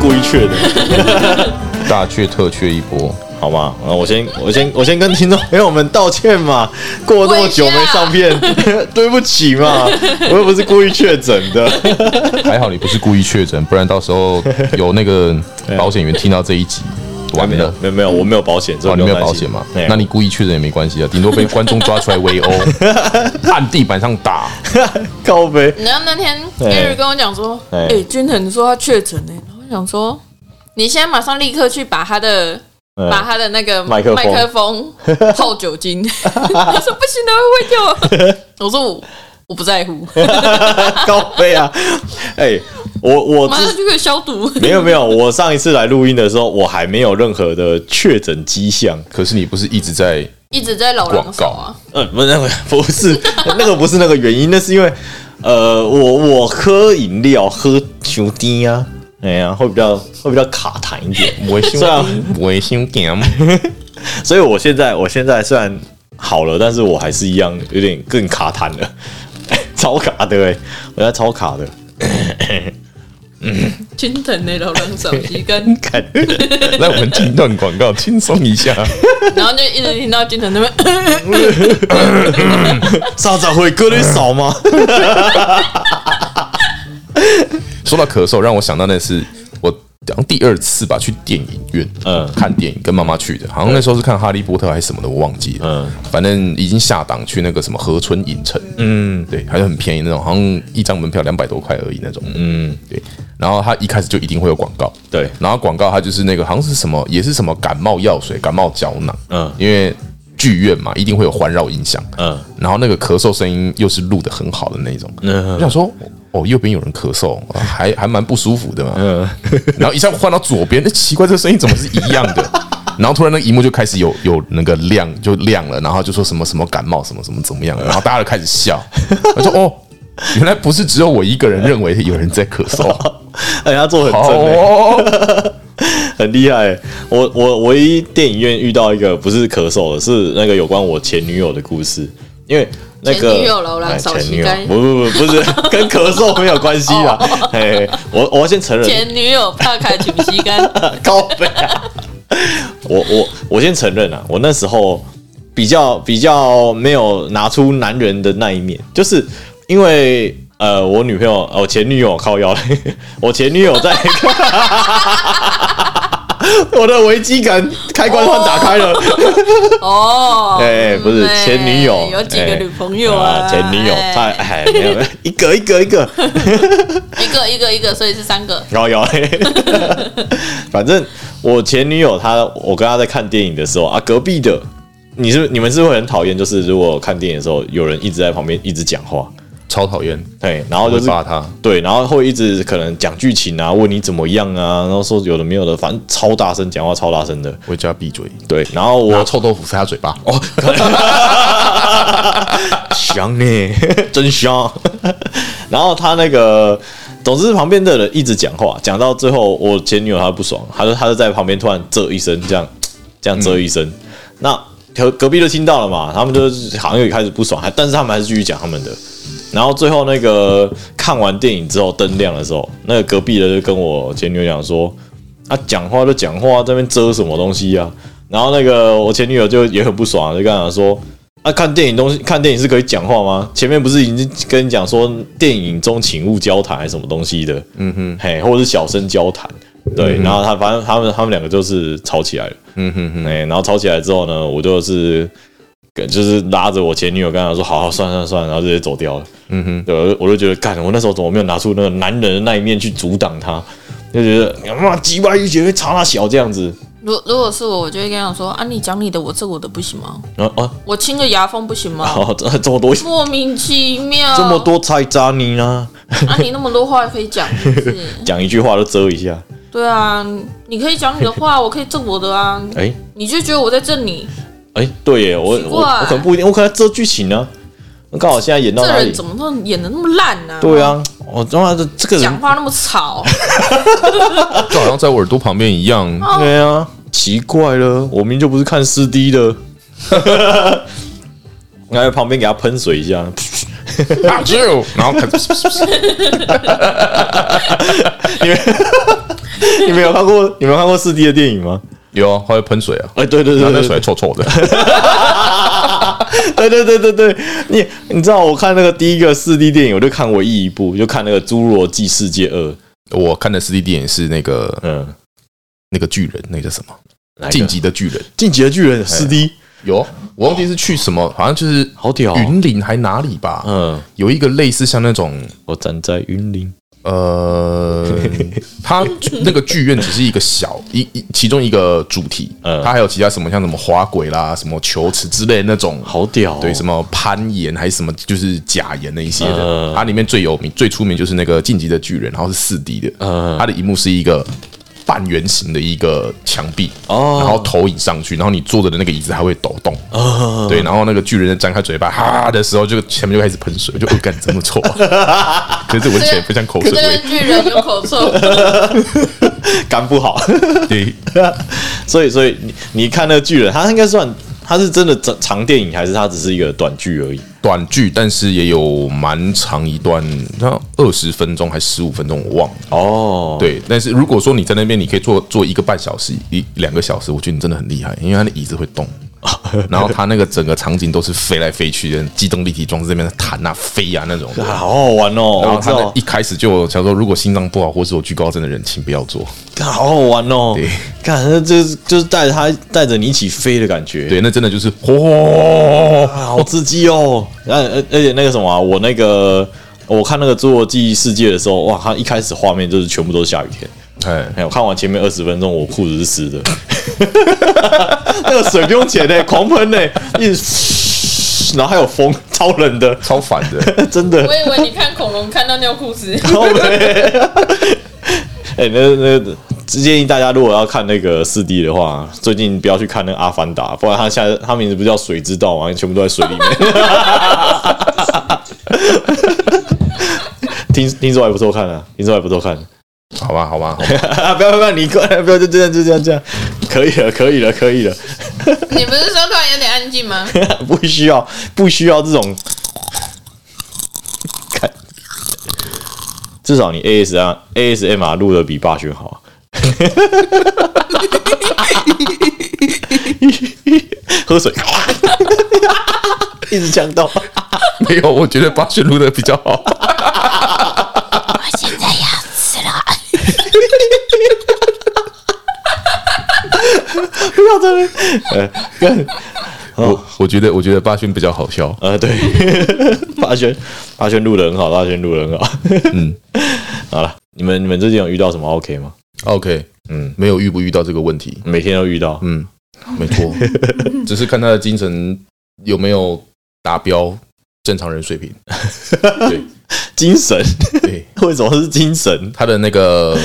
故意缺的。 大缺特缺一波， 好吗？啊，我先，我先，我先跟听众朋友们道歉嘛，过了那么久啊没上片， 对不起嘛，我又不是故意确诊 的。还好你不是故意确诊，不然到时候有那 个保险员听到这一集，完没有了，。没有，没有，我没有保险，所哦，以你不没用有保担心险嘛？哎那你故意确诊也没关系啊，顶多被观众抓出来围 殴，按地板上打。告呗。你知道那天对 Gary 跟我讲说，对哎、君腾说他确诊呢，然后我想说，你现在马上立刻去把他的。嗯把他的那个麦克风风泡酒精，他说不行的，会有。 我说我我不在 乎， 高飞啊！哎、我我马自上就可以消毒。没有没有，我上一次来录音的时候，我还没有任何的确诊迹象。可是你 不是啊一直在一直在老狼手啊，呃，不是，不是 那个不是那个原因，那是因为呃，我我喝饮料喝酒精啊，哎呀、会比较会比较卡痰一点。微信是啊微信 g 所以我现在我现在虽然好了，但是我还是一样有点更卡痰了， 超卡的哎、我现在超卡的，君腾的老狼手机跟，看 来，我们听一段广告，轻松一下。然后就一直听到君腾那 边上涨会割的少吗？ 说到咳嗽，让我想到那次我好像第二次吧，去电影院，嗯看电影跟妈妈去的，好像那时候是看《哈利波特》还是什么的，我忘记了，嗯嗯，反正已经下档去那个什么河村影城，嗯，对，还是很便宜那种，好像一张门票两百多块而已那种，嗯，对。然后它一开始就一定会有广告，对然后广告它就是那个好像是什么，也是什么感冒药水、感冒胶囊，嗯嗯，因为剧院嘛，一定会有环绕音响，嗯嗯，然后那个咳嗽声音又是录的很好的那种，嗯，我想说，哦，右边有人咳嗽，啊还还蛮不舒服的嘛，嗯， 呃然后一下换到左边，哎，奇怪，这声音怎么是一样的？ 然后突然那个荧幕就开始有有那个亮就亮了，然后就说什么什么感冒什么什么怎么样，然后大家就开始笑，我说哦，原来不是只有我一个人认为有人在咳 嗽，哎，他做得很好真、欸，哦。很厉害欸、我我唯一电影院遇到一个不是咳嗽的，是那个有关我前女友的故事，因为。那个前女友了啦哎少前乞女友丐不不不不 是跟咳嗽没有关系啦。哎，我我要先承认，哦前女友帕卡曲西 干，高飞啊！ 我我我先承认啊，我那时候比较比较没有拿出男人的那一面，就是因为呃，我女朋友，呃我前女友靠腰， 我前女友在， 我的危机感开关换打开了，哦，哎、不是哎前女友， 有几个哎女朋友啊？前女友， 哎她哎没有没有一个一个一个。一个一个一个，所以是三个。然后摇 嘞，反正我前女友她，我跟她在看电影的时候啊，隔壁的，你是你们是不是会很讨厌，就是如果看电影的时候有人一直在旁边一直讲话，超讨厌，对，然后我就会是骂他。对，然后会一直可能讲剧情啊，问你怎么样啊，然后说有的没有的，反正超大声讲话，超大声的，我会叫他闭嘴，对，然后拿我臭豆腐塞他嘴巴。哦，香呢， 真香。然后他那个，总之旁边的人一直讲话，讲到最后，我前女友她不爽，她就她就在旁边突然啧一声，这样这样啧一声，那隔隔壁就听到了嘛，他们就是好像又开始不爽，还但是他们还是继续讲他们的。然后最后那个看完电影之后灯亮的时候，那个隔壁的就跟我前女友讲说：“啊，讲话就讲话，这边遮什么东西啊？”然后那个我前女友就也很不爽，就跟他讲说：“啊，看电影东西，看电影是可以讲话吗？前面不是已经跟你讲说电影中请勿交谈还是什么东西的？嗯哼，嗯嘿，或者是小声交谈。”对，然后他反正他们他们两个就是吵起来了。嗯哼哼，哎、然后吵起来之后呢，我就是跟就是拉着我前女友跟她说，好好算算算，然后直接走掉了。嗯哼，对，我就我就觉得，干，我那时候怎么没有拿出那个男人的那一面去阻挡他？就觉得你妈鸡巴一绝会查他小这样子，如如果是我，我就会跟他讲说啊，你讲你的，我这我的不行吗？然后啊，我清个牙缝不行吗？好、这这 么多莫名其妙，这么多菜渣泥呢、啊，你那么多话可以讲，是 不是讲一句话都遮一下。对啊，你可以讲你的话，我可以挣我的啊，哎、你就觉得我在挣你，哎、对耶，我奇怪我我可能不一定，我可能遮剧情呢、那刚好现在演到这哪人里怎？么那么演的那么烂呢、啊？对，啊，我他妈的这个讲人，话那 么吵，就好像在我耳朵旁边一样。啊 对啊，奇怪了，我明明就不是看四 D 的。然后在旁边给他喷水一下，啊啾，然后开始你们有看过你们有看过四 D 的电影吗？有啊，它会喷水啊，哎，对对然对后那对水对，还臭臭的， 对对对对对，你你知道我看那个第一个四 D 电影，我就看唯一一部，就看那个《侏罗纪世界二》，我看的实体电影是那个嗯，那个巨人，那个叫什么哪《一个晋级的巨人》进击的巨人四 D，有啊，我忘记是去什么，好像就是好屌哦云林还哪里吧，嗯，有一个类似像那种我站在云林，呃，它那个剧院只是一个小一一其中一个主题，嗯它还有其他什么像什么滑轨啦、什么球池之类的那种，好屌哦 对，什么攀岩还是什么，就是假岩那一些的。嗯它里面最有名、最出名就是那个《晋级的巨人》，然后是四 D 的，嗯它的一幕是一个。半圆形的一个墙壁，哦然后投影上去，然后你坐着的那个椅子还会抖动，对，然后那个巨人在张开嘴巴哈的时候，就前面就开始喷水，我就哦，干这么臭、啊， 可是闻起来不像口水这个味，巨人有口臭， 肝不好， 对，所以所以你你看那个巨人，他应该算他是真的长长电影，还是他只是一个短剧而已？短剧，但是也有蛮长一段，像二十分钟还十五分钟，我忘了。哦，对，但是如果说你在那边，你可以坐坐一个半小时、一两个小时，我觉得你真的很厉害，因为他的椅子会 动，然后他那个整个场景都是飞来飞去的，机动立体装置这边弹啊、飞啊那种 的。啊好好玩哦，然我后知他那道一，开始就想说，如果心脏不好或是有惧高症的人，请不要做。干好好玩哦对，看那就是就是带着他带着你一起飞的感觉，对，那真的就是嚯，啊， 好刺激哦！而而而且那个什么啊，我那个我看那个《侏罗纪世界》的时候，哇，它一开始画面就是全部都是下雨天。哎，哎，我看完前面二十分钟，我裤子是湿的， 那个水不用钱呢、狂喷呢、欸一直，然后还有风，超冷的，超烦的。 真的。我以为你看恐龙看到尿裤 子，靠北哎、那那建议大家如果要看那个四 D 的话，最近不要去看那个《阿凡达》，不然他现在他名字不叫水之道吗？全部都在水里面。听听说还不错看啊，听说还不错看。好吧，好吧，好吧 不要不要，你过来，不要就这样就这样这样，可以了，可以了，可以了，你不是说突然有点安静 吗？不需要不需要这种。看，至少你 ASR ASMR 录的比霸轩好啊。 喝水，一直呛到。没有，我觉得八旬录的比较好。我现在要死了，不要这边，呃，跟我我觉得，我觉得八旬比较好笑。呃，对，霸轩，霸轩录的很好，霸轩录的很好。嗯 好了，你们你们最近有遇到什么 OK 吗？ ，OK，嗯，没有遇不遇到这个问题？每天都遇到，嗯，没错，只是看他的精神有没有达标正常人水平。对精神， 对，为什么是精神？他的那个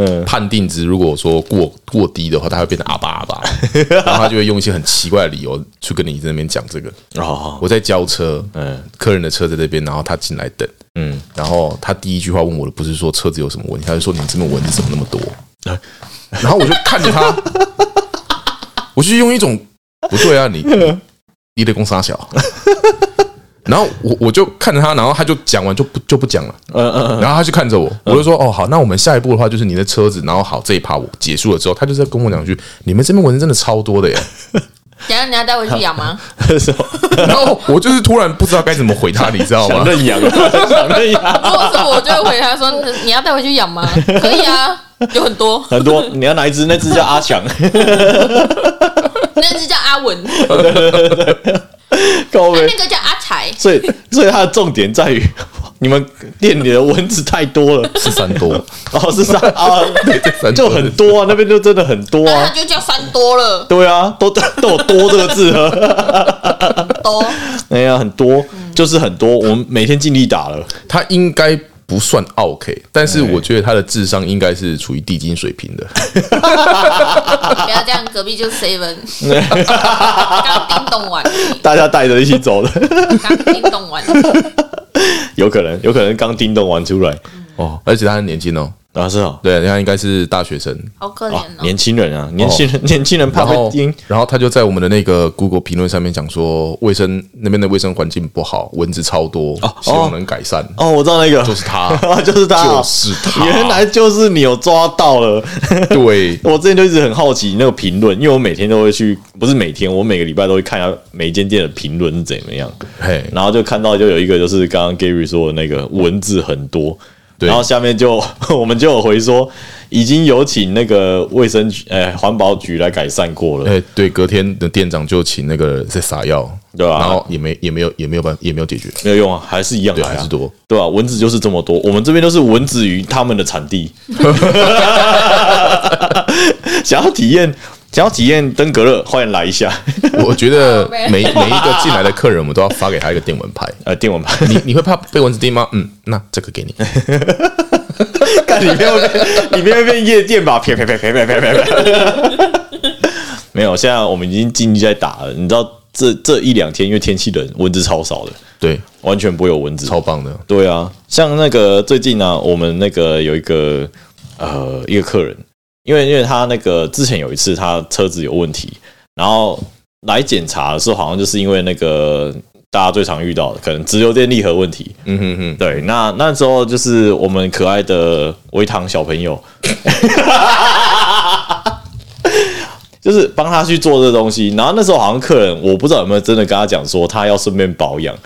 嗯，判定值如果说过过低的话，他会变成阿巴阿巴，然后他就会用一些很奇怪的理由去跟你在那边讲这个。哦，我在交车，嗯客人的车在这边，然后他进来等。嗯，然后他第一句话问我的不是说车子有什么问题，他就说你这边蚊子怎么那么多？哎然后我就看着 他，我就用一种不对啊，你你你的工傻小。然后我我就看着他，然后他就讲完就不就不讲了，嗯嗯，然后他就看着我，我就说哦好，那我们下一步的话就是你的车子，然后好这一趴我结束了之后，他就在跟我讲一句，你们这边蚊子真的超多的耶，等一下你要带回去养吗？ 嗯什么？然后我就是突然不知道该怎么回他，你知道吗想？ 认养，想认养， 如果是我，就会回他说：“你要带回去养吗？”可以啊，有很多。 很多。你要哪一只？那只叫阿强， 那只叫阿文，啊各位那。个叫阿才，所以，所以它的重点在于，你们店里的蚊子太多了。是三多，哦，是三啊， 三多就很多啊，那边就真的很多那他啊。就叫三多了，对啊，都都有“多”这个字了。多 哎呀，很多，就是很多。我们每天尽力打了。他应该不算 OK，但是我觉得他的智商应该是处于地精水平的。 不要这样，隔壁就 seven。刚叮咚完，大家带着一起走的， 刚叮咚完，有可能，有可能刚叮咚完出来，哦，而且他很年轻哦，啊，是哦，对，他应该是大学生，好可啊怜，哦。年轻人啊，年轻人，年轻人怕哦然被后叮，然后他就在我们的那个 Google 评论上面讲说，卫生那边的卫生环境不好，蚊子超多，希望能改善。哦，我知道那个，就是他 就是他哦，就是他原来就是你有抓到了。 对，我之前就一直很好奇那个评论，因为我每天都会去，不是每天，我每个礼拜都会看一下每一间店的评论是怎么样，嘿，然后就看到就有一个就是刚刚 Gary 说的那个文字很多，对然后下面就 我们就有回说，已经有请那个卫生局、呃环保局来改善过了，哎，对，隔天的店长就请那个人在撒药，对啊然后也没也没有也没有办也没有解决，没有用啊，还是一样对，来啊还是多。对吧、蚊子就是这么多，我们这边都是蚊子与他们的产地。 想要体验，想要体验登革热，欢迎来一下。我觉得没每每一个进来的客人，我们都要发给他一个电蚊拍。呃，电蚊拍，你你会怕被蚊子叮吗？嗯，那这个给你。哎看里面会变，里面会变夜店吧？啪啪啪啪啪啪啪啪。 没有，现在我们已经尽力在打了。你知道这这一两天，因为天气冷，蚊子超少的，对，完全不会有蚊子。超棒的。对啊，像那个最近呢、啊，我们那个有一个呃一个客人，因为因为他那个之前有一次他车子有问题，然后来检查的时候，好像就是因为那个大家最常遇到的可能直流电力盒问题。嗯哼哼，对，那那时候就是我们可爱的维糖小朋友， 就是帮他去做这东西。然后那时候好像客人，我不知道有没有真的跟他讲说他要顺便保养，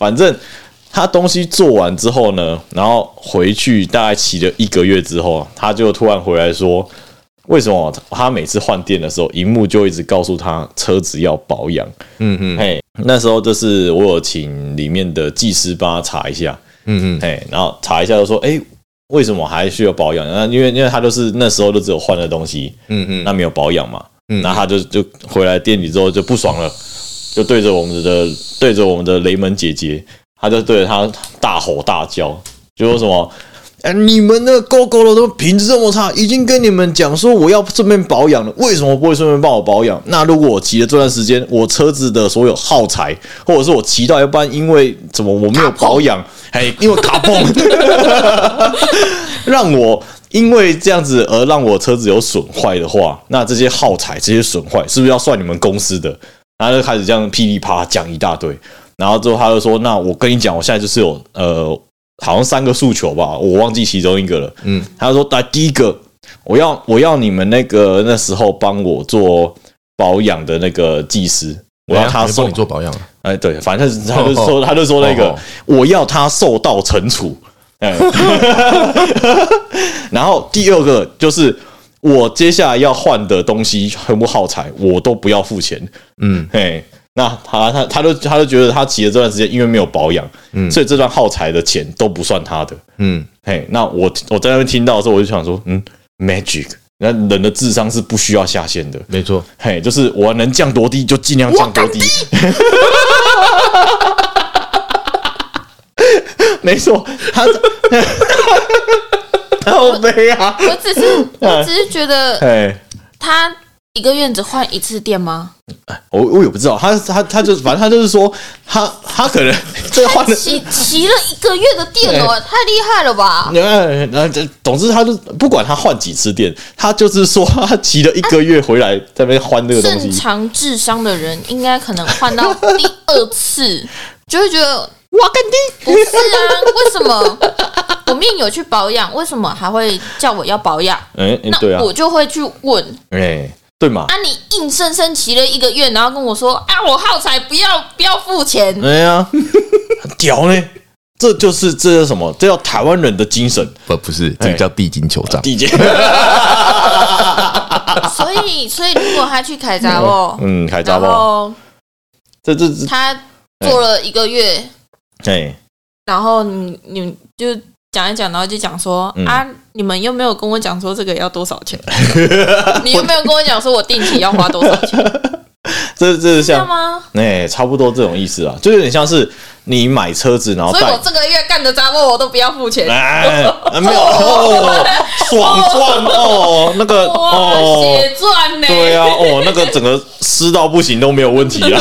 反正他东西做完之后呢，然后回去大概骑了一个月之后，他就突然回来说。为什么他每次换电的时候，荧幕就一直告诉他车子要保养？嗯哼，嘿，那时候就是我有请里面的技师帮他查一下，嗯哼，哎，然后查一下就说，哎、为什么还需要保养？那因为因为他就是那时候就只有换了东西，嗯哼，那没有保养嘛，嗯那他就就回来店里之后就不爽了，就对着我们的对着我们的雷门姐姐，他就对着她大吼大叫，就说什么。哎，你们的 GoGo 的都品质这么差，已经跟你们讲说我要顺便保养了，为什么不会顺便帮我保养？那如果我骑的这段时间，我车子的所有耗材，或者是我骑到一半，因为怎么我没有保养，哎，因为卡蹦， 让我因为这样子而让我车子有损坏的话，那这些耗材、这些损坏是不是要算你们公司的？然后就开始这样噼里啪啦讲一大堆，然后之后他就说：“那我跟你讲，我现在就是有呃，好像三个诉求吧，我忘记其中一个了。”嗯，他就说：“那第一个，我要我要你们那个那时候帮我做保养的那个技师，我要他哎呀帮送你做保养啊，哎，对，反正他就说，哦他就说那个，哦我要他受到惩处。哎， 然后第二个就是我接下来要换的东西全部耗材，我都不要付钱。嗯，嘿，那他他他就他就觉得他骑的这段时间因为没有保养，所以这段耗材的钱都不算他的。嗯，嘿，那我我在那边听到的时候，我就想说，嗯，magic，那人的智商是不需要下限的。没错，嘿，就是我能降多低就尽量降多低。 没错，他好悲啊！我只是我只是觉得哎，他一个月只换一次电吗？我我也不知道，他他他就反正他就是说，他他可能这换的。骑骑了一个月的电哦，太厉害了吧！呃，然后这总之，他就不管他换几次电，他就是说他骑了一个月回来，在那边换这个东正西。常智商的人应该可能换到第二次， 就会觉得我跟你不是啊，为什么我面有去保养，为什么还会叫我要保养？哎、哎对那啊我，就会去问哎、对嘛，啊，你硬生生骑了一个月，然后跟我说啊，我耗材不要不要付钱， 哎呀，屌呢！这就是这叫什么？这叫台湾人的精 神。不不是，这个叫哎地精球杖。地界，所以所以如果他去凯撒哦， 嗯，开闸然包，后这这这，他做了一个月，哎，然后你你就讲一讲，然后就讲说、嗯啊，你们又没有跟我讲说这个要多少 钱，你又没有跟我讲说我定期要花多少钱，这这是知道像，吗？哎，差不多这种意思啊，就有点像是你买车子然后所以带我，这个月干的杂货我都不要付钱，哎，啊没有， 哦，爽赚哦，那个哇，哦，血赚 呢？对啊，哦，那个整个湿到不行都没有问题啊。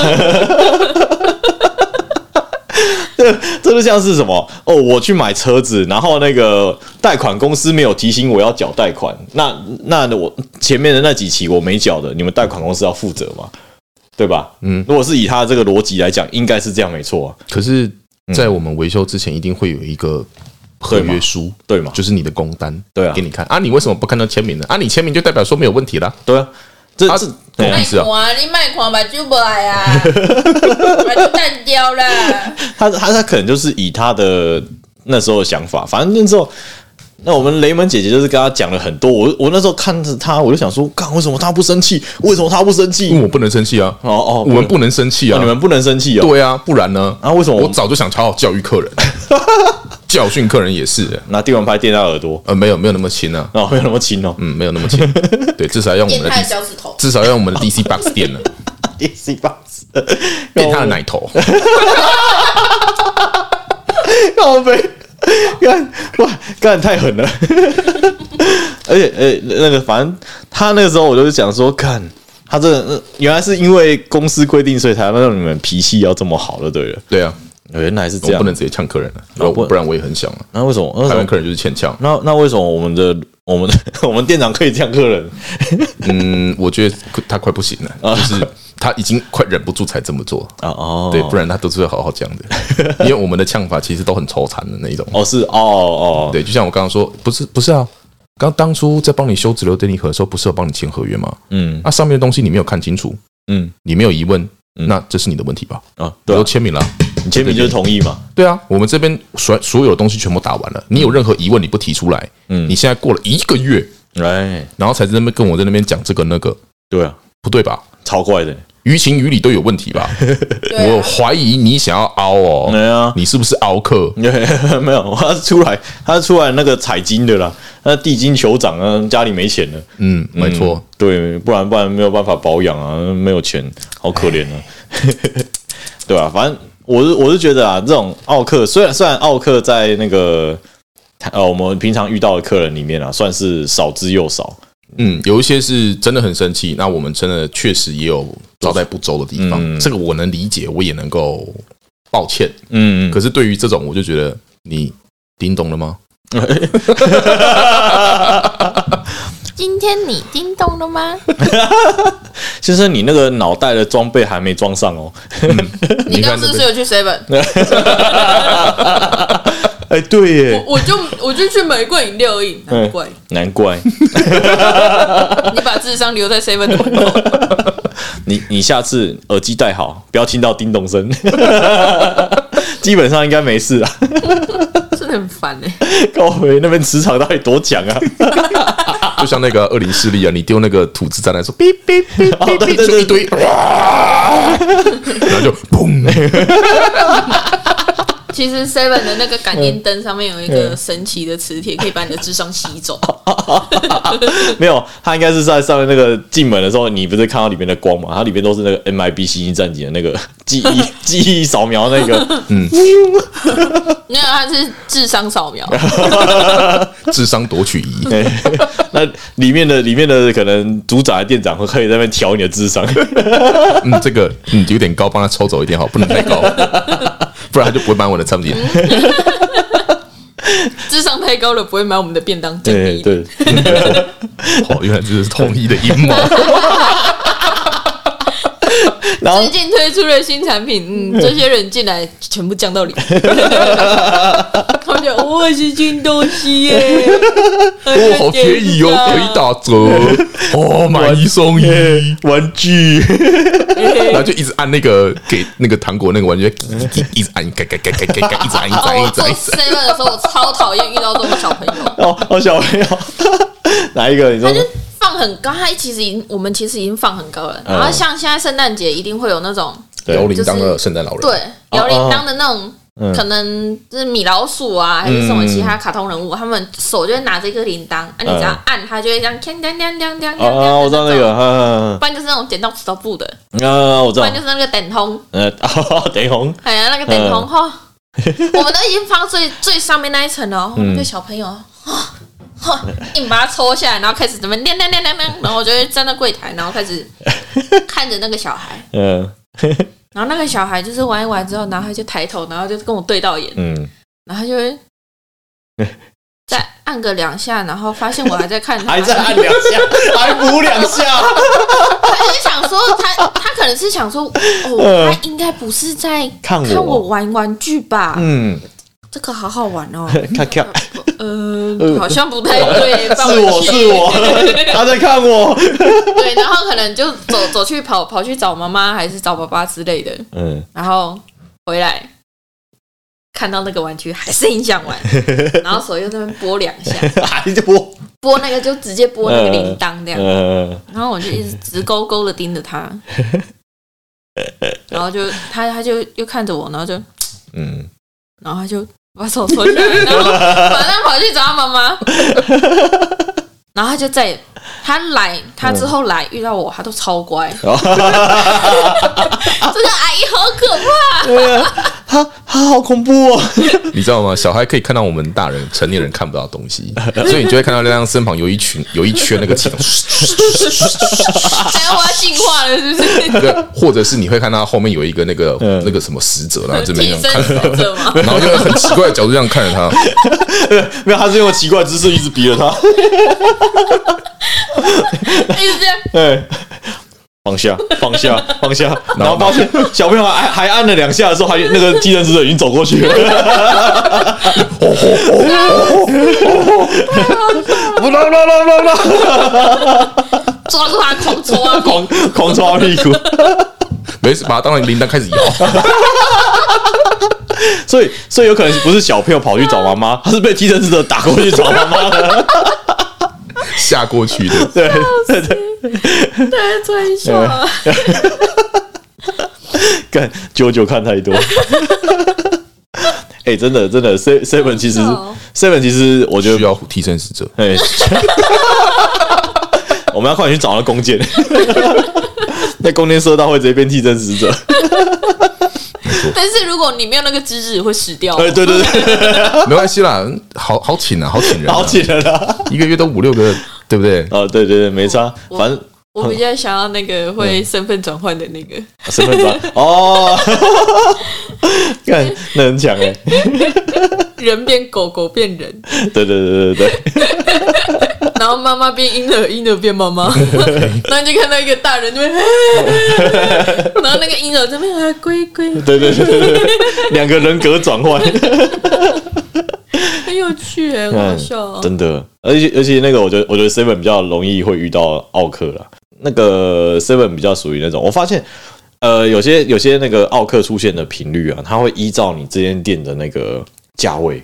对， 这就像是什么哦，我去买车子，然后那个贷款公司没有提醒我要缴贷款，那那我前面的那几期我没缴的，你们贷款公司要负责嘛？对吧？嗯，如果是以他这个逻辑来讲，应该是这样没错啊，可是，在我们维修之前，一定会有一个合约书，对嘛就是你的工单，对啊给你看啊。你为什么不看到签名呢？啊，你签名就代表说没有问题啦。对啊，这啊这懂对啊意思啊看，你卖看把酒 不来啊，把酒淡掉啦。他他他可能就是以他的那时候的想法，反正那时候，那我们雷门姐姐就是跟他讲了很多。我我那时候看着他，我就想说，干为什么他不生气？为什么他不生气因？为我不能生气啊，哦哦，我们不能生气哦啊，你们不能生气哦。对啊，不然呢？啊为什么我我早就想好好教育 客人，教训客人也是，拿电蚊拍电他耳朵，呃，没有没有那么轻啊，然后没有那么轻哦。嗯，没有那么 轻，对，至少要用我变们的态 DC, 小指头，至少要用我们的 DC box 电了， DC box，电他的奶头，哦靠背，干哇，干太狠了。 而且，呃、那个，反正他那个时候，我就是想说，看他这呃原来是因为公司规定，所以才让你们脾气要这么好了，对了。对啊，原来是这我样不，能直接呛客人了，哦不不然我也很想啊，那为什么？为台什湾么？客人就是欠 呛，那那为什么我们的我们 的我们店长可以这样客人？嗯，我觉得他快不行了，就是他已经快忍不住才这么做。啊哦，对，不然他都是会好好讲的， 因为我们的呛法其实都很抽残的那一种。哦是哦哦，对，就像我刚刚说，不是不是啊，刚当初在帮你修直流电离合的时候，不是有帮你签合约吗？嗯那、上面的东西你没有看清楚，嗯你没有疑问，那这是你的问题吧？啊，我嗯对都啊，签名了啊，你签名就是同意嘛？对啊，我们这边所所有的东西全部打完了，你有任何疑问你不提出来，嗯你现在过了一个月，哎，然后才在那边跟我在那边讲这个那个，对啊，不对吧？超怪的，于情于理都有问题吧？对我啊，怀疑你想要凹没哦，啊，嗯你是不是凹客？ 没有，他是出来他是出来那个采金的啦，那地金酋长啊，家里没钱了，嗯，没错。对，不然不然没有办法保养啊，没有钱，好可怜啊， 对啊，反正我是我是觉得啊，这种奥克虽然虽然奥克在那个呃我们平常遇到的客人里面啊，算是少之又少，嗯，有一些是真的很生气，那我们真的确实也有招待不周的地方，嗯这个我能理解，我也能够抱歉。嗯，可是对于这种，我就觉得你听懂了吗？今天你叮咚了吗？先生，你那个脑袋的装备还没装上哦。你刚看刚那是不是边，有去 seven？哎、对耶，我就我就去买一罐饮料而哎已，难怪 难怪你把智商留在 seven 多久？你你下次耳机戴好，不要听到叮咚声， 基本上应该没事 啊。真的很烦哎、高回那边磁场到底多强啊？ 就像那个二零四力啊，你丢那个土字站来说，哔哔哔 哦哔对哔，对就对一堆，哇 然后就砰， 其实 Seven 的那个感应灯上面有一哎个神奇的磁铁，可以把你的智商 吸走。没有，他应该是在上面那个进门的时候，你不是看到里面的光嘛？它里面都是那个 MIB 星星战警的那个 记忆记忆扫描那个， 没有，它是智商 扫描，智商夺取仪，对 那里面的里面的可能组长、店长会可以在那边调你的智商。嗯，这个嗯有点高，帮他抽走一点好，不能太高， 不然他就不会买我的产品。 智商太高了不会买我们的便当。建对议 对，哦，原来这是统一的阴 谋，然后最近推出了新产品，嗯， 这些人进来全部降到零。他们就哦我也是新东西 耶，哦，好便宜哦，可以打折，哦，买一送一。玩具。 然后就一直按那个给那个糖果那个玩具，一直按，改改改改改改，一直按，一直 哦，按，一我直做按。 seven 的时候，我超讨厌遇到这种小 朋友，哦哦，小朋友，哪一个？你说就放很高。他其实已经，我们其实已经放很高了。嗯然后像现在圣诞节一定会有那种摇对铃铛的圣诞老人，对哦摇铃铛的那种嗯，可能就是米老鼠啊，还是什么其他卡通人物，他们手就会拿着一个铃铛，啊，你只要按它就会这样，锵锵锵锵锵锵啊啊，嗯我知道那个，。啊不然就是那种剪刀石头布的，啊啊，我知不道然就，是那个等通，呃， 等红，哎呀，那个等嗯通哈，我们都已经放最最上面那一层了哦，我们就小朋友啊，哈硬把它抽下来，然后开始怎么亮 亮亮亮亮，然后我就会站在柜台，然后开始看着那个小孩，嗯，然后那个小孩就是玩一玩之后，然后他就抬头，然后就跟我对到眼，嗯，然后他就会再按个两下，然后发现我还在看 他，还在按两下，还补两下，他就想说他他可能是想说， 哦，呃他应该不是在看我我玩玩具吧？ 嗯，这个好好玩 哦。看看，呃，好像不太对，放是我回去是我， 他在看我，对，然后可能就走走去跑跑去找妈妈还是找爸爸之类的， 嗯，然后回来看到那个玩具还是很想玩， 然后手又在那边拨两下， 还在播，拨那个就直接拨那个铃铛这样，呃，然后我就一直直勾勾的盯着他，然后就他他就又看着我，然后就嗯，然后他就把手缩起来，然后马上跑去找他妈妈，然后他就再也他来他之后来遇到我，他都超乖， 这个阿姨好可怕，啊 他他好恐怖哦， 你知道吗？小孩可以看到我们大人、成年人看不到的东西，所以你就会看到亮亮身旁有一群、有一圈那个气筒，还要我要进化了是不是？对，或者是你会看到后面有一个那个嗯那个什么使者，然后哦这边替这样看着身使他，者吗？然后就很奇怪的角度这样看着他。没有，他是用奇怪的姿势一直逼着他， 一直这样，哎。放下，放下，放 下，然后发现小朋友还还按了两下的时候，还那个技能使者已经走过去了， 不啦啦啦啦啦，抓住他狂抓，狂狂抓屁股。没事，把它当成铃铛开始 摇。所以，所以有可能不是小朋友跑去找妈妈，他是被踢成者打过去找妈妈的。下过去的，对，对，真笑啊！干九九看太多。 哎、真的，真的，se-，seven 其实真的哦，seven 其实，我觉需得，要替身使者。哎， 我们要快点去找那弓箭，那弓箭射到会直接变替身使者。 但是如果你没有那个资质，会死掉。哎， 对对对，没关系啦，好好请啊，好请人、啊，好起来了啦。一个月都五六个，对不对？哦，对对对，没差，我反正我比较想要那个嗯会身份转换的那个，身份证哦，干那很强哎、人变狗，狗变人，对对对对对。然后妈妈变婴儿，婴儿变 妈妈，然后你就看到一个大人就边， 然后那个婴儿这边啊龟龟，对对对对对，两个人格转换，很有趣耶，很好笑哦。真的，而且而且那个，我觉得我觉得 Seven 比较容易会遇到奥克啦，那个 Seven 比较属于那种，我发现。呃，有些有些那个奥克出现的频率啊，它会依照你这间店的那个价位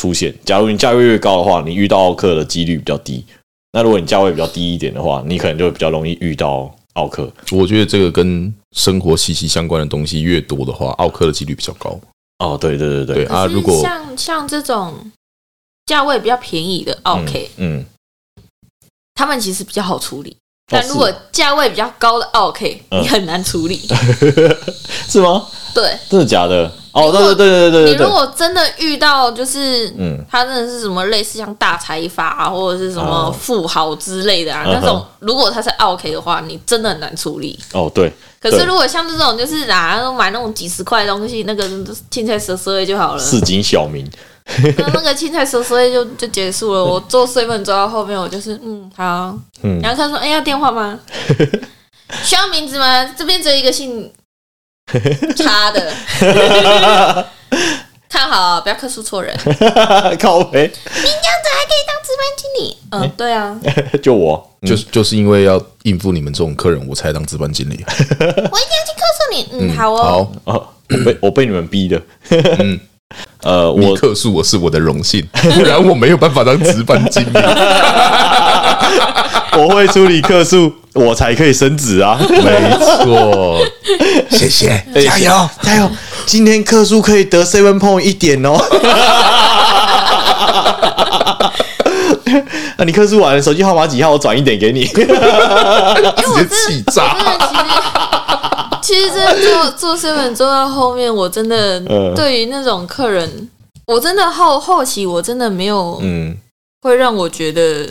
出现。假如你价位越高的话，你遇到奥克的几率比较低；那如果你价位比较低一点的话，你可能就会比较容易遇到奥克。我觉得这个跟生活息息相关的东西越多的话，奥克的几率比较高。哦，对对对对，对啊，可是如果像像这种价位比较便宜的嗯 OK，嗯，他们其实比较好处理。但哦是啊如果价位比较高的 OK，嗯你很难 处理。是吗？对真的假的？哦，如果对对对对对你对对如，果真的遇到就是嗯，他真的是什么类似像大财阀啊，或者是什么哦富豪之类的啊，嗯哼那种如果他是 OK 的话，你真的很难处理。哦对，可是对如果像这种就是啊，买那种几十块的东西，那个青菜蛇蛇就好了，市井小民，那那个青菜蛇蛇就就结 束了。我做碎粉做到后面，我就是嗯好，嗯然后他说哎、要电 话吗？需要名字吗？这边只有一 个姓差的，看好啊、不要克数错人。这 靠背，样子还可以当值班经理？嗯，对啊。哎就我，就就是因为要应付你们这种客人，我才当值班经理。我一定要去客诉你。嗯，好哦。好，啊，我被我被你们逼的，嗯 呃，你我客诉我是我的荣幸， 不然我没有办法当值班经理。我会处理客诉， 我才可以升职啊， 没错，哎谢谢，加油！加油，今天客诉可以得 seven point 一点 哦。啊，你客诉完手机号码几号，我转一点给你。直接气我真炸。的其实，其实 真的做做 seven 做到后面，我真的嗯对于那种客人，我真的后后期我真的没有 嗯，会让我觉得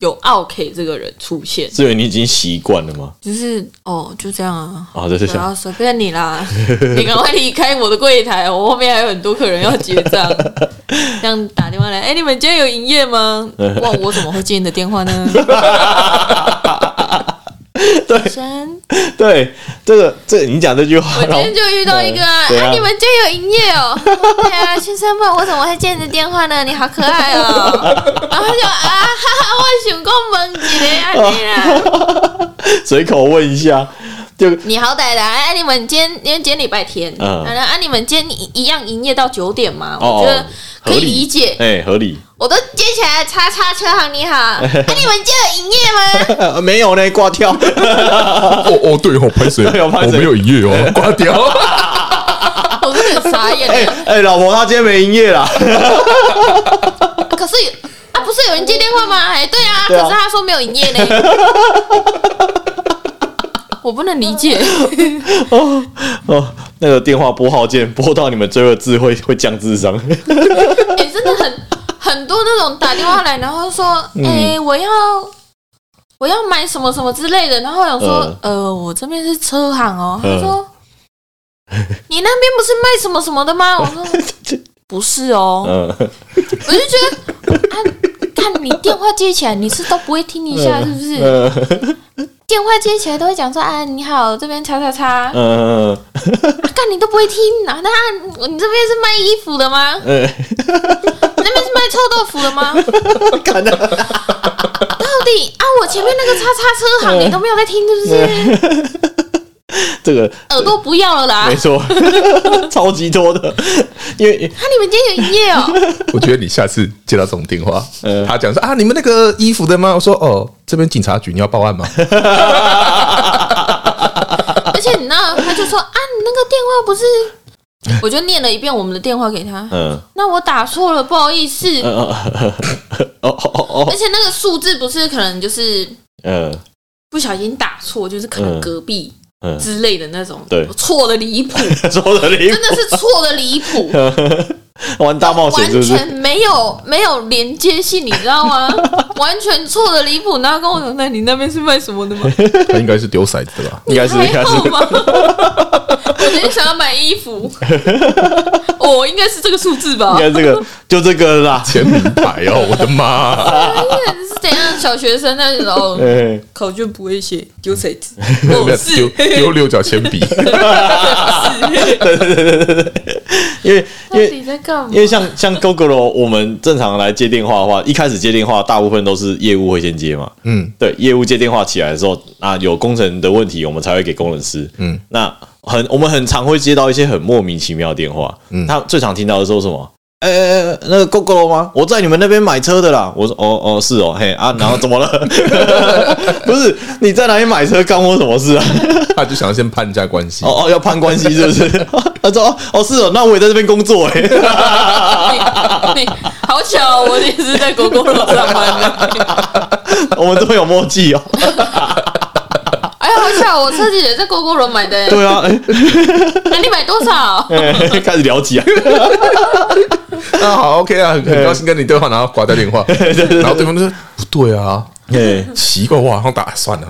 有 OK 这个人出现，是因为你已经习惯了吗？就是哦，就这样啊，啊，就是不想要随便你啦， 你赶快离开我的柜台，我后面还有很多客人要结 账。这样打电话来，哎、你们今天有营业 吗？哇，我怎么会接你的电话呢？ 对，真，对这个这你讲这句话，啊我今然后天就遇到一个啊，对啊啊你们今天有营业哦？ 对啊，先生问我怎么会接你的电话呢？你好可爱 哦。然后他就啊， 哈哈，我想过问一个啊你啦，随口问一下，就你好歹的，哎、你们今天因为今天礼拜天，嗯嗯，啊，你们今天一样营业到九点吗？哦我觉得可合以理理解，哎合理。我都接起来，叉叉车 行你好，啊，你们今天有营业吗？呃没有呢，挂 跳。哦哦， 对哦，拍谁？对哦拍谁我没有营业哦， 挂掉。我真的很傻眼哎了。哎，老婆，他今天没营业啦。啊可是啊，不是有人接电话吗？哎，对啊，对啊可是他说没有营业 呢。我不能理解， 哦，那个电话拨号键拨到你们最后的字会会降智商。 哎、真的很很多那种打电话来，然后说，嗯哎、我要我要买什么什么之类的，然后我想说，嗯呃，我这边是车行哦，他说， 你那边不是卖什么什么的吗？我说不是哦，嗯，我就觉得，啊，看你电话接起来，你是都不会听一下，是不是？嗯电话接起来都会讲说，啊，你好，这边叉叉叉，啊，嗯干你都不会听啊？那啊你这边是卖衣服的吗？嗯，你那边是卖臭豆腐的吗？干的，到底啊，我前面那个叉叉车行你都没有在听，是不是？ 这个耳朵不要了啦！没啊，错， 超级多的，因为你们今天有营业哦？我觉得你下次接到这种电话嗯，他讲说啊，你们那个衣服的吗？我说哦，这边警察局，你要报案吗？ 而且你知道，他就说啊，你那个电话不是， 我就念了一遍我们的电话给他，嗯那我打错了，不好意思。嗯嗯嗯哦哦哦而且那个数字不是可能就是嗯 不小心打错，就是可能隔壁嗯，之类的那种，对错的离 谱，说的离真的是错的离谱，谱，玩大冒险是完不是？全没有没有连接性，你知道吗？完全错的离谱。然后跟我说，那你那边是卖什么的吗？他应该是丢骰子吧？应该是应还该好是，吗？ 我今天想要买 衣服，哦，应该是这个数字吧应？该这个就这个 啦。签名牌哦，我的妈！是怎样？小学生那时 候哎，考卷不会写，丢骰子，没有没有哦是丢丢六角铅笔， 因为因 到为底在干嘛因？为像像 GoGoRo，我们正常来接电话的话，一开始接电话大部分都是业务会先接嘛。嗯，对，业务接电话起来的时候，那有工程的问题，我们才会给工程师。嗯，那很我们很常会接到一些很莫名其妙的电话。嗯他最常听到的是说什么？呃、欸，那个 GoGo 吗？我在你们那边买车的啦。我说哦哦是哦嘿啊，然后怎么 了？不是你在哪里买车，干我什么事啊？他就想要先判一下关 系。哦哦，要攀关系是不是？ 他说哦哦是哦，那我也在这边工作哎、 你你哎好巧，我也是在狗狗楼上班的。 我们这么有默契哦。哎呀，好巧，我车子也在狗狗楼买的。对啊，哎、那你买多少？哎 开始聊起啊。啊，好，OK 啊，很很高兴跟你对话，然后挂掉电话，然 后对方就说不对啊，对，奇怪，我好像打算了，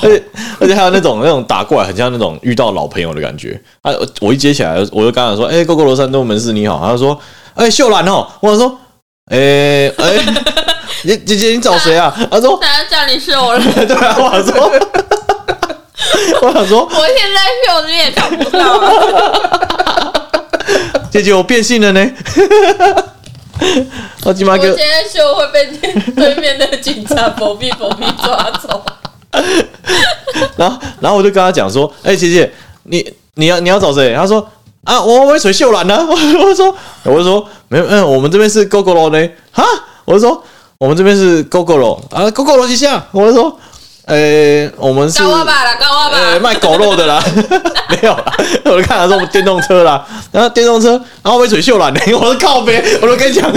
而且而且还有那种那种打过来，很像那种遇到老朋友的感觉。啊，我我一接起来，我就刚才说，哎、哥哥罗山东门市你好，他就说，哎、秀兰哦，我想说，哎、哎、你 姐姐你找谁啊？他说，大家叫你是 我了，对啊，我想说， 我想说，我现在秀你也找不到啊。姐姐我变性了呢。 我今我晚现跟在秀会被对面的警察佛币佛币抓走。然后然后我就跟他讲说，哎、姐姐，你你要你要找谁？他说啊，我我水秀兰呢、啊。 我我说我就说没有，嗯，我们这边是 GoGo 呢，哈，我就说我们这边是 GoGo 啊，GoGo 楼一下，我就说，呃、我们是高我吧啦，高我呃，吧。卖狗肉的啦， 没有啦， 我就看他说我们电动车啦，然后电动车，然后被水秀兰呢， 我说靠呗，我都跟你讲，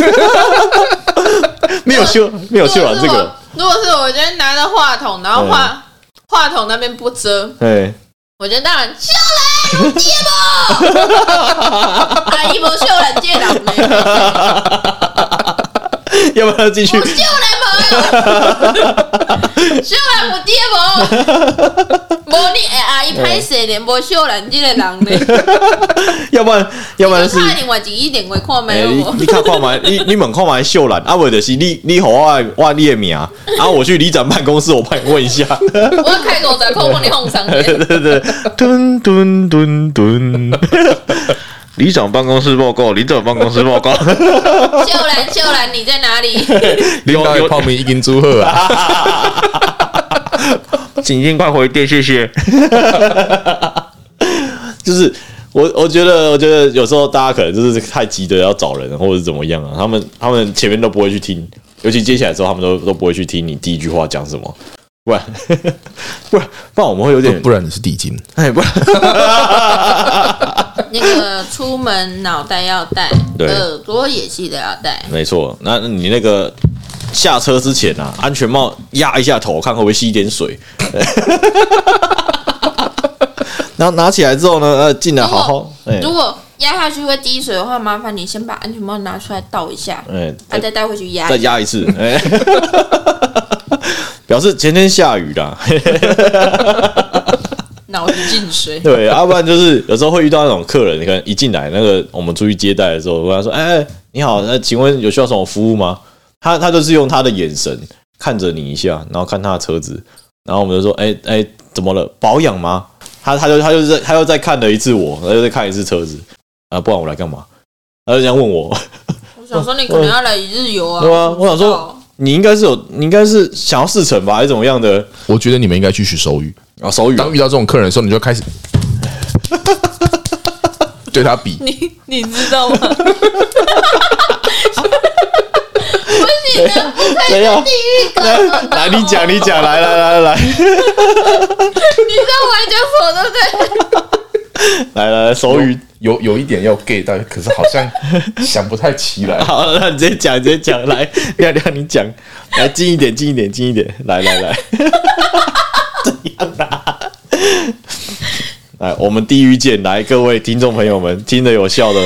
没有秀没有秀兰这如果是个嗯我，如果是我今天拿着话筒，然后话话筒那边不遮，哎，我觉得当然秀兰接 不，阿姨不秀兰接人没。要不然进去我秀来无，秀兰有爹无，无你哎阿姨歹势咧，无秀兰即个人咧， 要不然要不然是就。看另外一点会看哎、没你有？你看看嘛，你你 们看嘛，秀兰啊，或者是你你好我的我你的名啊， 我去里长办公室，我帮哎你问哎一下。 我开口在扣问你哄上对对 对，蹲蹲蹲蹲。 里长办公室报告，里长办公室 报告，秀兰秀兰你在哪里？领导的泡面已经煮好啊， 请尽快回电，谢谢。 就是我，我觉得，我觉得有时候大家可能就是太急着要找人，或者是怎么样啊，他们他们前面都不会去听，尤其接起来之后，他们都都不会去听你第一句话讲什么，不然 不然不然我们会有点不然你是地精。哎不然那个出门脑袋要带，对耳朵也记得要带。 没错，那你那个下车之前啊，安全帽压一下头，看会不会吸一点 水。然后拿起来之后呢，呃，进来好好，哎如果压下去会滴水的话，麻烦你先把安全帽拿出来倒一下，哎，啊，再带回去压再。压一次， 哎，表示前天下雨啦。，脑子进水 对，要、不然就是有时候会遇到那种客人，你可能一进来，那个我们出去接待的时候，我跟他说：“哎、你好，那请问有需要什么服务吗？”他他就是用他的眼神看着你一下，然后看他的车子，然后我们就说：“哎、哎、怎么了？保养吗？”他他就他就是他又再看了一次我，他又再看一次车子啊，不然我来干嘛？他就这样问我，我想说你可能要来一日游 啊。对啊不知道我想说，你应该是有，你应该是想要试乘吧，还是怎么样的？我觉得你们应该去学手语。啊，手语啊当遇到这种客人的时候，你就开始 对他比，你你知 道吗？不行啊，不可怎样以地？狱梗来了。 来，你讲，你讲，来来来来来你知道我在讲什么对不对？来来来，手语。有有一点要 gay，但可是好像想不太起来。 好，那你直接讲，直接讲，来，亮亮你讲，来近一点，近一点，近一点，来来 来，怎样啊？来，我们地狱见，来各位听众朋友们，听得有笑的，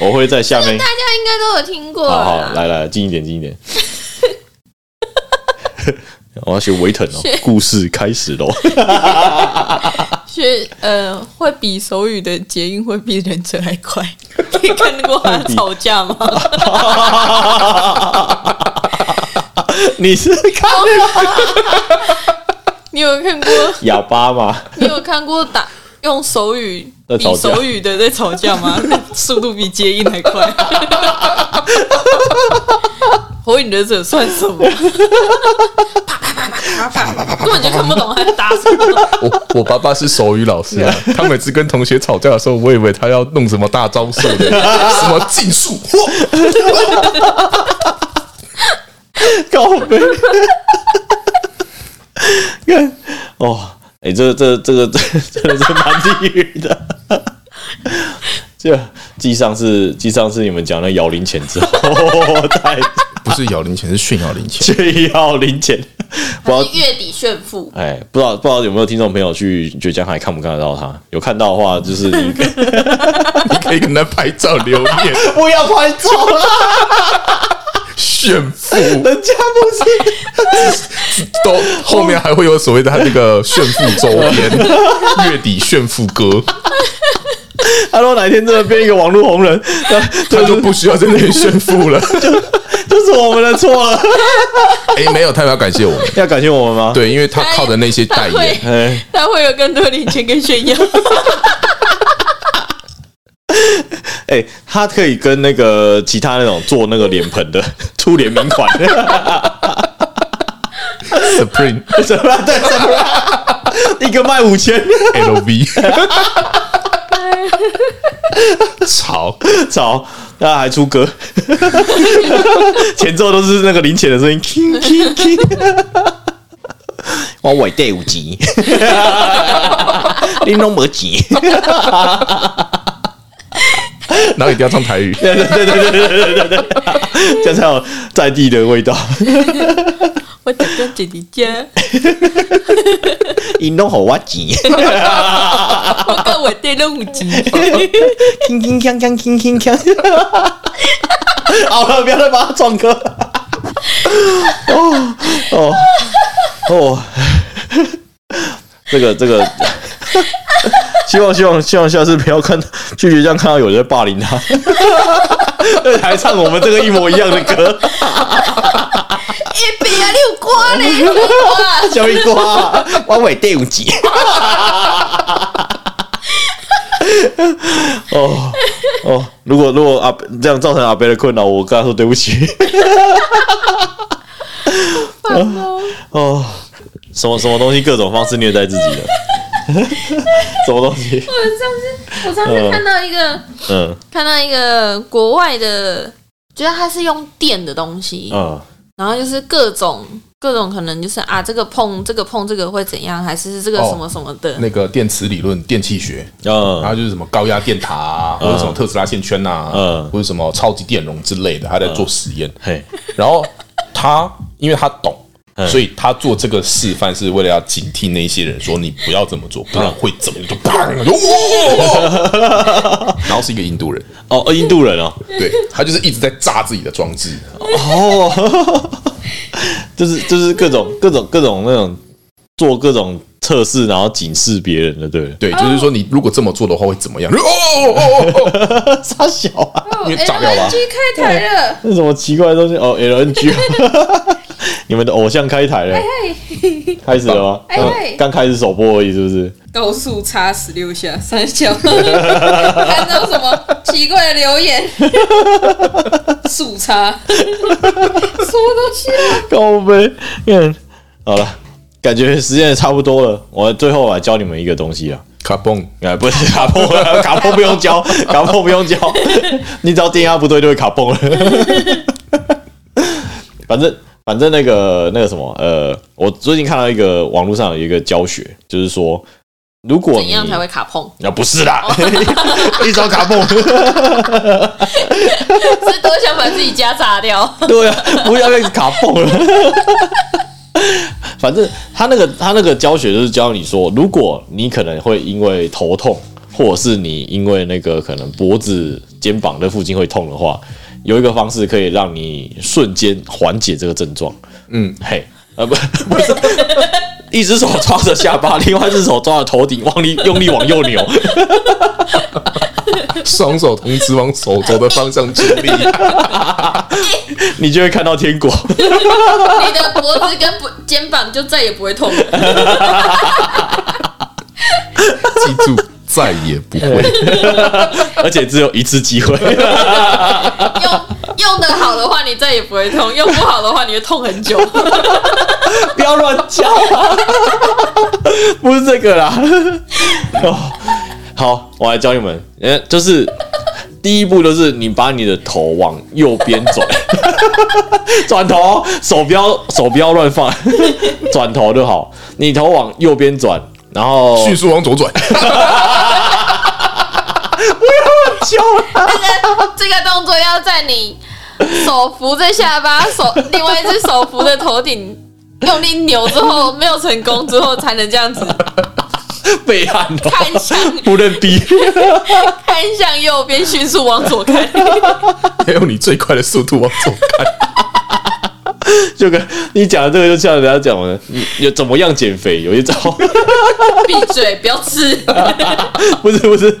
我会在下面大。家应该都有听过好啦。好，来来，近一点，近一点。 我要学维腾哦，故事开始喽。学呃，会比手语的捷运会比忍者还快。你看过他吵架吗？ 你是看你有看过？哑巴吗？你有看过打用手语在吵比架手语的在吵架吗？速度比捷运还快。火影忍者算什么？根本就看不懂他在打什么。我我爸爸是手语老师啊，他每次跟同学吵架的时候，我以为他要弄什么大招数 的，什么禁术。嚯高 飞，看哦，哎、这这这个这真的是蛮地狱的。 这记上是记上是你们讲的摇铃钱之后， 我才不是摇铃钱，是炫摇铃 钱。去摇铃钱，不知还道是月底炫富，哎，不知道不知道有没有听众朋友去浙江还看不看得到他？有看到的话，就是你你可以跟他拍照留念 不要拍照 了，炫富，人家不 是都后面还会有所谓的他那个炫富周 边，月底炫富歌，他说哪天真的变一个网络红人，那他就不需要在那里炫富 了。就是我们的错了， 哎，没有，他们要感谢我们，要感谢我们吗？，对，因为他靠的那些代 他言会，哎。他会有更多零钱跟炫 耀。哎、他可以跟那个其他那种做那个脸盆的出联名款， Supreme 什么对什么，一个卖五千， LV，潮，操！那还出歌，前奏都是那个零钱的声音，king king king，我尾带有钱，你拢没钱，然后一定要唱台语。对对对对对对对对，这样才有在地的味道，我打个姐姐家，你拢好我钱，我跟我电动五级。铿铿锵锵铿铿锵。好了，不要再把他撞歌。哦哦哦，这个这个，希望希望希望下次不要看去学校看到有人在霸凌他， 对，还唱我们这个一模一样的歌，哎，别啊，你有瓜嘞，嗯你有瓜，小蜜瓜，我尾第五集。哦哦，如果如果阿伯这样造成阿贝的困扰，我跟他说对不起。 哦，什么什么东西，各种方式虐待自己的， 什么东西？我上次我上次看到一个嗯看到一个国外的，觉得它是用电的东西，嗯然后就是各种各种可能就是啊，这个碰这个碰这个会怎样，还是这个哦什么什么的，那个电磁理论、电气学，然嗯后就是什么高压电塔啊，或者什么特斯拉线圈呐，嗯或者什么超级电容之类的，他在做实验。嘿然后他因为他懂嗯，所以他做这个示范是为了要警惕那些人，说你不要这么做，不然会怎么样就砰！我就哇 然后是一个印度人，哦，印度人哦对他就是一直在炸自己的装置，哦，就是就是各种各种各种那种做各种测试，然后警示别人的，对了，对，就是说你如果这么做的话会怎么样？哦哦哦哦哦， 傻小啊，因为哎炸掉了啊。 LNG 开台了，那什么奇怪的东西？哦，LNG，哦 你们的偶像开台了，开始了吗？哎哎刚开始首播而已，是不是？高速插十六下，三 小，看到什么奇怪的留言，速插，什么东西啊？高飞，嗯，好了，感觉时间也差不多了，我最后来教你们一个东西啊。卡嘣！哎，不是卡碰， 卡碰不用教，卡碰不用教，你只要电压不对就会卡碰了。 反正反正那个那个什么，呃，我最近看到一个网络上有一个教学，就是说，如果怎你样才会卡碰？啊不是啦， 一招卡碰，是多想把自己家 炸掉？ 对啊，不要被卡碰了。 反正他那个他那个教学就是教你说，如果你可能会因为头痛，或者是你因为那个可能脖子、肩膀的附近会痛的话，有一个方式可以让你瞬间缓解这个症状。嗯，嘿，啊不 不是，一只手抓着下巴，另外一只手抓着头顶，往里用力往右扭。 双手同时往手肘的方向尽力。你就会看到天国。 你的脖子跟脖肩膀就再也不会痛了。记住，再也不会。而且只有一次机会。用用的好的话，你再也不会痛；用不好的话，你会痛很久。不要乱叫啊！ 不是这个啦。 哦，好，我来教你们，呃，就是第一步就是你把你的头往右边 转，转头，手不要手不要乱 放，转头就好。你头往右边转，然后迅速往左转，叫啦这个动作要在你手扶着下巴，手另外一只手扶着头顶，用力扭之后没有成功之后，才能这样子背叛哦，看向 不认逼，看向右边，迅速往左看。要用你最快的速度往左看。就跟你讲的这个，就像人家讲的，你你怎么样减肥，有一招。闭嘴，不要吃。 不是不是，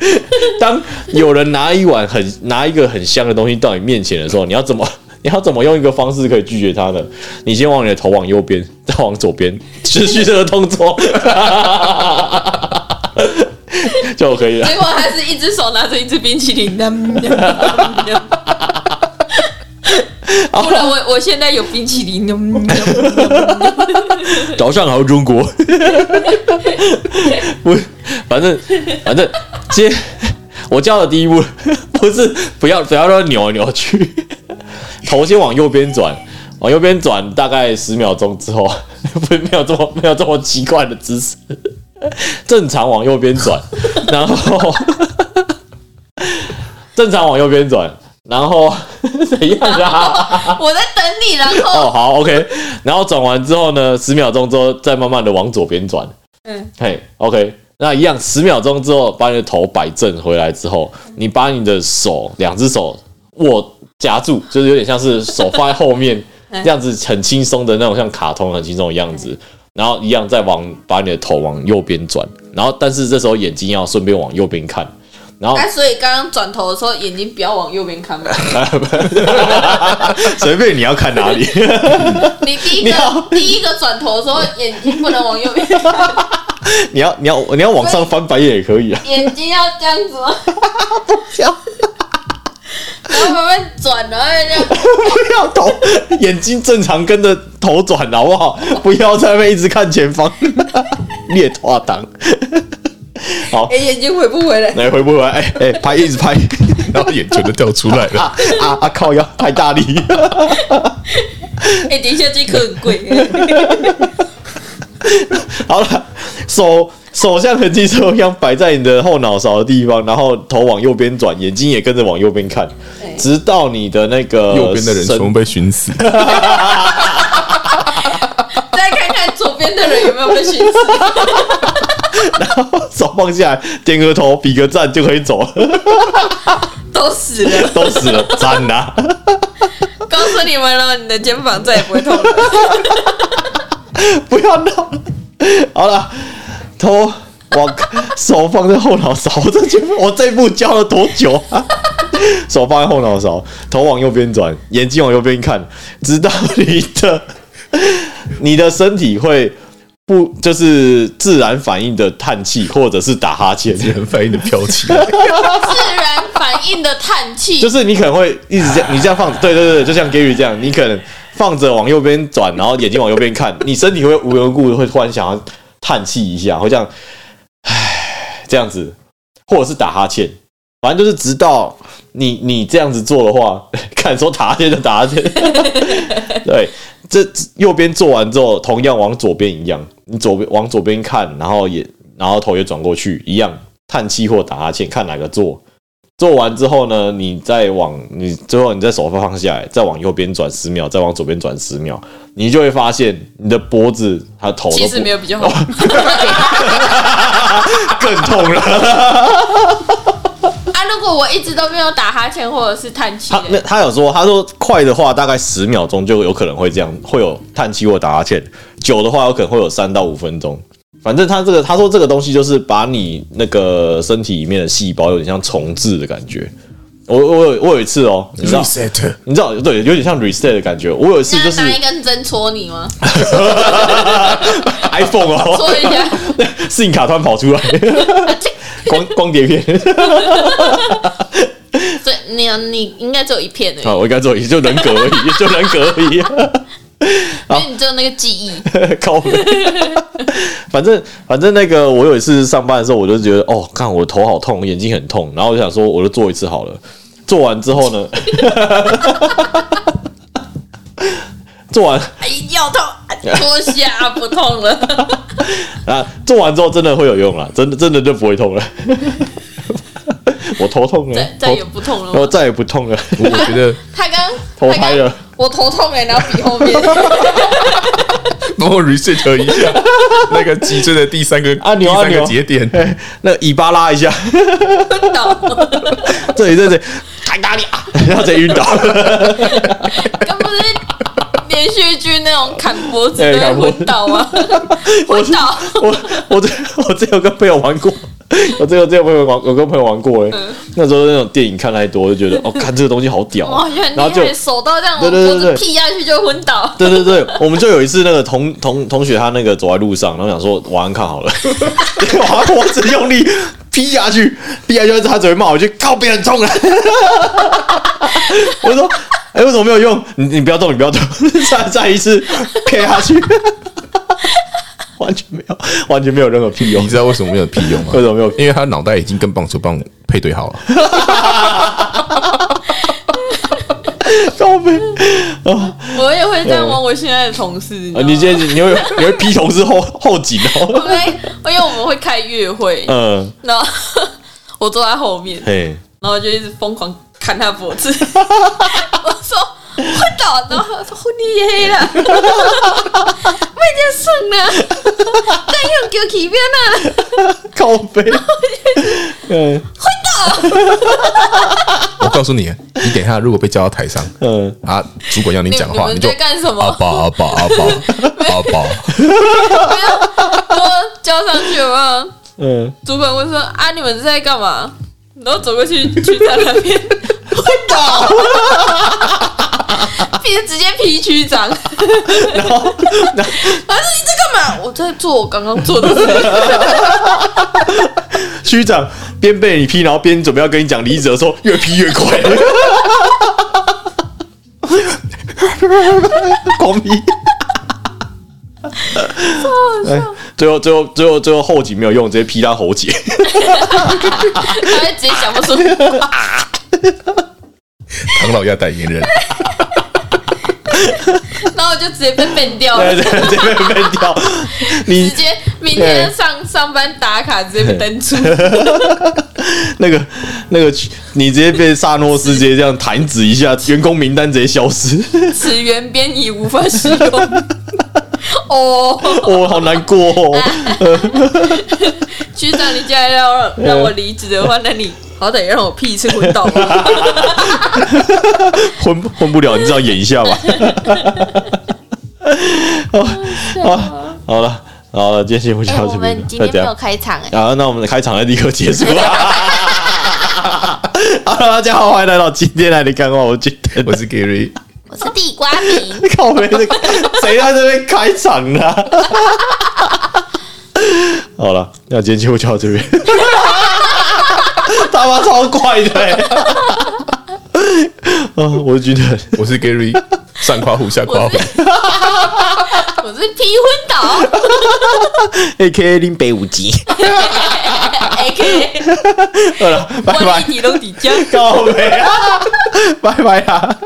当有人拿一碗很拿一个很香的东西到你面前的时候，你要怎么 你要怎么用一个方式可以拒绝他呢？你先往你的头往右边， 再往左边，持续这个动作 就可以了。结果还是一只手拿着一只冰淇淋。不然我我现在有冰淇淋。早上好，中国。 不，反正反正接我教的第一步 不是不要不要说扭来扭去，头先往右边转，往右边转大概十秒钟之后， 不没有这么没有这么奇怪的姿势，正常往右边转，然后 正常往右边转，然后 怎样啊？我在等你，然后哦，好，OK。然后转完之后呢，十秒钟之后再慢慢的往左边转。嗯，嘿，OK。那一样，十秒钟之后把你的头摆正回来之后，你把你的手，两只手握夹住，就是有点像是手放在后 面嗯这样子，很轻松的那种，像卡通很轻松的样子。然后一样再往把你的头往右边转，然后但是这时候眼睛要顺便往右边看，然后哎、所以刚刚转 头的时候，眼睛不要 往右边看嘛。随便你要看哪里，你第一你要个第一个转头的时候，眼睛不能 往右边，你要你要你要往上翻白眼也可以啊。 眼睛要这样子吗？然后慢慢转，然后这样。不要头， 眼睛正常跟着头转，好不 好？不要在那边一直看前方， 啊裂拖档。好哎、，眼睛回不回来？来回不回来？哎、哎、拍一直 拍，然后眼球都掉出来了。啊啊啊！靠腰太大力， 哎、等一下这课很贵、 好了，手手像横七车一样摆在你的后脑勺的地方，然后头往右边转，眼睛也跟着往右边看，哎直到你的那个右边的人全神部被熏死，再看看左边的人有没有被熏死。 手放下来，点个头，比个赞就可以走 了，都死了，都死了，赞啦、告诉你们了，你的肩膀再也不会 痛了。 不要闹。好了，头往手放在后脑勺，我这节目我这一步教了多久啊？ 手放在后脑勺，头往右边转，眼睛往右边看，直到你的 你的身体会不就是自然反应的叹气或者是打哈欠，人反应的飘起来，自然反应的叹气，就是你可能会一直这样，你这样放，对对对，就像 Gary 这样，你可能放着往右边转，然后眼睛往右边看，你身体会无缘无故地会突然想要叹气一下，会这样，唉，这样子，或者是打哈欠，反正就是直到你你这样子做的话， 看说打哈欠就打哈欠， 对，这右边做完之后，同样往左边一样，你左边往左边看，然后也然后头也转过去，一样叹气或打哈欠，看哪个做。做完之后呢，你再往你最后你再手放下来，再往右边转十秒，再往左边转十秒，你就会发现你的脖子它头都其实不没有比较好，更痛了。啊，如果我一直都没有打哈欠或者是叹气他的，那他有说，他说快的话大概十秒钟就有可能会这样，会有叹气或打哈欠；久的话有可能会有三到五分钟。反正他这个他说这个东西就是把你那个身体里面的细胞有点像重置的感觉。我我有我有一次哦，你知道 reset 你知道对，有点像 reset 的感觉。我有一次那就是拿一 根针戳你吗？ iPhone 哦，戳一下， 信卡突然跑 出来，光光碟片。所以你你应该只有一片而好，我应该做也就人格而已，就人格而已。已，因为你只有那个记忆。 靠背。反正反正那个，我有一次上班的时候，我就觉得哦，看我头好痛，眼睛很痛，然后我就想说，我就做一次好了。做完之后呢， 做完哎，要痛，戳下不 痛了。啊，做完之后真的会有用了，真的真的就不会痛了。 我头痛了再，再头也不痛了嗯我吗。再也不痛了，我觉得他 刚头拍了。我头痛欸哎、然后比后 面，帮我 reset 一下那个脊椎的第三个按钮第三按个钮节点，那尾巴拉一下，倒 这里这里，太大力啊， 然后直接晕倒。刚不是连续剧那种砍脖子对都哎砍会脖子昏倒啊 吗？昏倒，我我这我这有跟朋友玩过，我这有这有朋友玩，我跟朋友玩过哎、那时候那种电影看太多，就觉得哦，看这个东西好屌、我好啊，像很然后就厉害，手到这样，对我对对脖子对劈下去就昏倒。对对对，我们就有一次那个同同同学他那个走在路上，然后想说晚安看好了， 晚安我只用力劈下去，劈下去他只会骂我去靠别人痛了，我说哎、为什么没有用？你你不要动，你不要动， 再再一次劈下去， 完全没有完全没有任何屁用你，知道为什么没有屁用吗 为？什么没有屁用？因为他脑袋已经跟棒球棒配对好了，高飞啊！我也会这样问我现在的同事。你知道呃吗你今天你会你会劈同事后后颈哦，我们会，因为我们会开月会，嗯，然后我坐在后 面，嘿，然后就一直疯狂砍他脖 子，我说昏倒，然后他说昏你黑了， 我已经送了，但又给我起边了，高飞，嗯，昏倒我告诉你，你等一下如果被叫到台上嗯，啊，主管要你你讲你话，你们就在干什阿啊么？爸阿爸阿爸阿爸，然后交上去有没有？嗯，主管问说啊，你们在干嘛？然后走过去 去在那边会倒， 变直接皮区长。然后， 然后你在干嘛？我在做我刚刚做的事。 区长边被你批，然后边准备要跟你讲离职的时候，越批越快，狂批。哎最后，最后，最后，最后后几没有用，直接批他喉结。他会直接想不出哎话，唐老鸭代言人，然后我就直接被变掉了 对。对，这边 被掉。你哦直接明天上上班打卡，直接被登出。那个那个，你直接被萨诺斯直接这样弹指一下，员工名单直接消失。此原编已无法使 用。哦，我、好难过 哦。局长，你既然要让让我离职的话，那你好歹也让我屁一次昏倒 吧。混混不了，你至少演一下 吧。好，哦好了，好了，哎今天节目就到这边了。大家，开场哎，啊，那我们的开场要立刻结束了。 好了，大家好，欢迎来到今天来的干话，我今天我是 Gary，我是地瓜 皮， 靠没这个，谁在这边开场呢、 好了，那今天节目就到这边。 他妈超快的、欸！ 啊，我是军人。我是 Gary，上夸虎下夸虎，我是屁昏 倒 A K A 林北五级。哎，A K 好了，拜 万拜，一 你都底浆。告别啊，拜拜啊。